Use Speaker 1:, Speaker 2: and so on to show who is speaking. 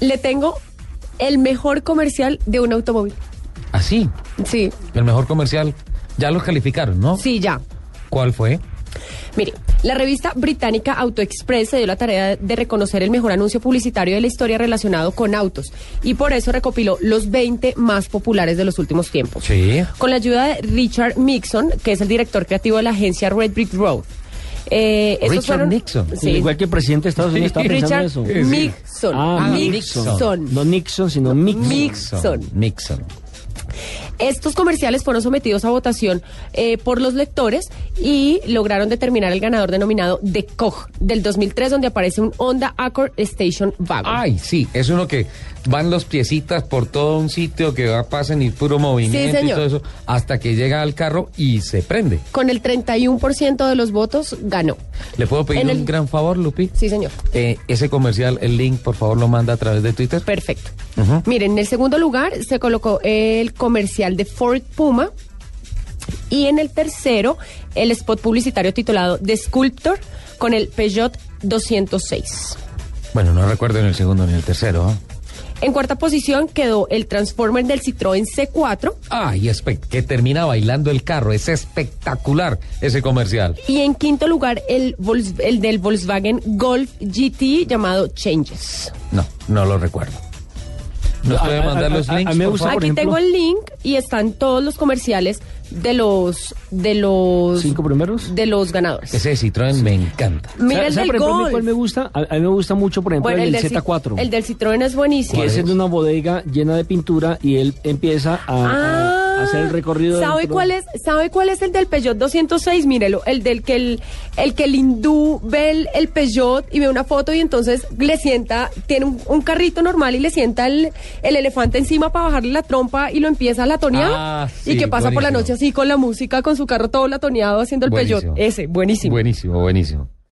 Speaker 1: le tengo el mejor comercial de un automóvil.
Speaker 2: Así,
Speaker 1: Sí,
Speaker 2: el mejor comercial. Ya lo calificaron, ¿no?
Speaker 1: sí, ya.
Speaker 2: ¿Cuál fue?
Speaker 1: Mire, la revista británica Auto Express se dio la tarea de reconocer el mejor anuncio publicitario de la historia relacionado con autos y por eso recopiló los 20 más populares de los últimos tiempos.
Speaker 2: Sí.
Speaker 1: Con la ayuda de Richard Nixon, que es el director creativo de la agencia Red Brick Road. Eh, estos
Speaker 2: Richard Nixon.
Speaker 1: Sí.
Speaker 3: Igual que el presidente de Estados Unidos estaba
Speaker 1: Richard
Speaker 3: pensando eso.
Speaker 1: Nixon.
Speaker 3: Ah,
Speaker 1: Nixon.
Speaker 3: No Nixon, sino Mixon.
Speaker 1: Nixon.
Speaker 2: Nixon.
Speaker 1: Estos comerciales fueron sometidos a votación eh, por los lectores y lograron determinar el ganador denominado The Koch del 2003, donde aparece un Honda Accord Station Wagon.
Speaker 2: Ay, sí, es uno que van los piecitas por todo un sitio que va, pasan y puro movimiento y
Speaker 1: señor.
Speaker 2: todo eso, hasta que llega al carro y se prende.
Speaker 1: Con el 31% de los votos ganó.
Speaker 2: ¿Le puedo pedir
Speaker 1: En
Speaker 2: un
Speaker 1: el-
Speaker 2: gran favor, Lupi?
Speaker 1: Sí, señor.
Speaker 2: Eh, ese comercial, el link, por favor, lo manda a través de Twitter.
Speaker 1: Perfecto.
Speaker 2: Ujú.
Speaker 1: Miren, en el segundo lugar se colocó el comercial de Ford Puma y en el tercero el spot publicitario titulado The Sculptor con el Peugeot 206.
Speaker 2: Bueno, no recuerdo en el segundo ni el tercero. ¿ah?
Speaker 1: En cuarta posición quedó el Transformer del Citroën C4
Speaker 2: Ay, espe- que termina bailando el carro. Es espectacular ese comercial.
Speaker 1: y en quinto lugar el, Volks- el del Volkswagen Golf GT llamado Changes.
Speaker 3: Ah,
Speaker 2: No, no lo recuerdo. ¿Nos
Speaker 3: A-
Speaker 2: puede
Speaker 3: a-
Speaker 2: mandar
Speaker 3: a-
Speaker 2: los
Speaker 3: a- a
Speaker 2: links,
Speaker 3: mí me
Speaker 2: por
Speaker 3: gusta-
Speaker 2: favor?
Speaker 1: Aquí
Speaker 3: ejemplo-
Speaker 1: tengo el link y están todos los comerciales de los de los
Speaker 3: ¿Cinco primeros?
Speaker 1: de los ganadores.
Speaker 2: Ese de Citroën me encanta.
Speaker 1: Mira
Speaker 3: ¿Sabe-
Speaker 1: el
Speaker 3: sabe,
Speaker 1: del
Speaker 3: por ejemplo, a mí
Speaker 1: Golf.
Speaker 3: cuál me gusta? A, a mí me gusta mucho, por ejemplo,
Speaker 1: Bueno,
Speaker 3: el, del
Speaker 1: Cit-
Speaker 3: Z4.
Speaker 1: El del Citroën es buenísimo.
Speaker 3: que es en una bodega llena de pintura y él empieza a, a- a hacer el recorrido.
Speaker 1: Ah, ¿Sabe
Speaker 3: dentro-
Speaker 1: cuál es? ¿Sabe cuál es el del Peugeot 206? Mírelo, el del que el, el que el hindú ve el, el Peugeot y ve una foto y entonces le sienta, tiene un, un carrito normal y le sienta el, el elefante encima para bajarle la trompa y lo empieza a latonear
Speaker 2: Ah, sí,
Speaker 1: y que pasa por la
Speaker 2: buenísimo.
Speaker 1: noche así con la música, con su carro todo latoneado haciendo el
Speaker 2: Buenísimo.
Speaker 1: Peugeot. Ese, buenísimo.
Speaker 2: Buenísimo, buenísimo.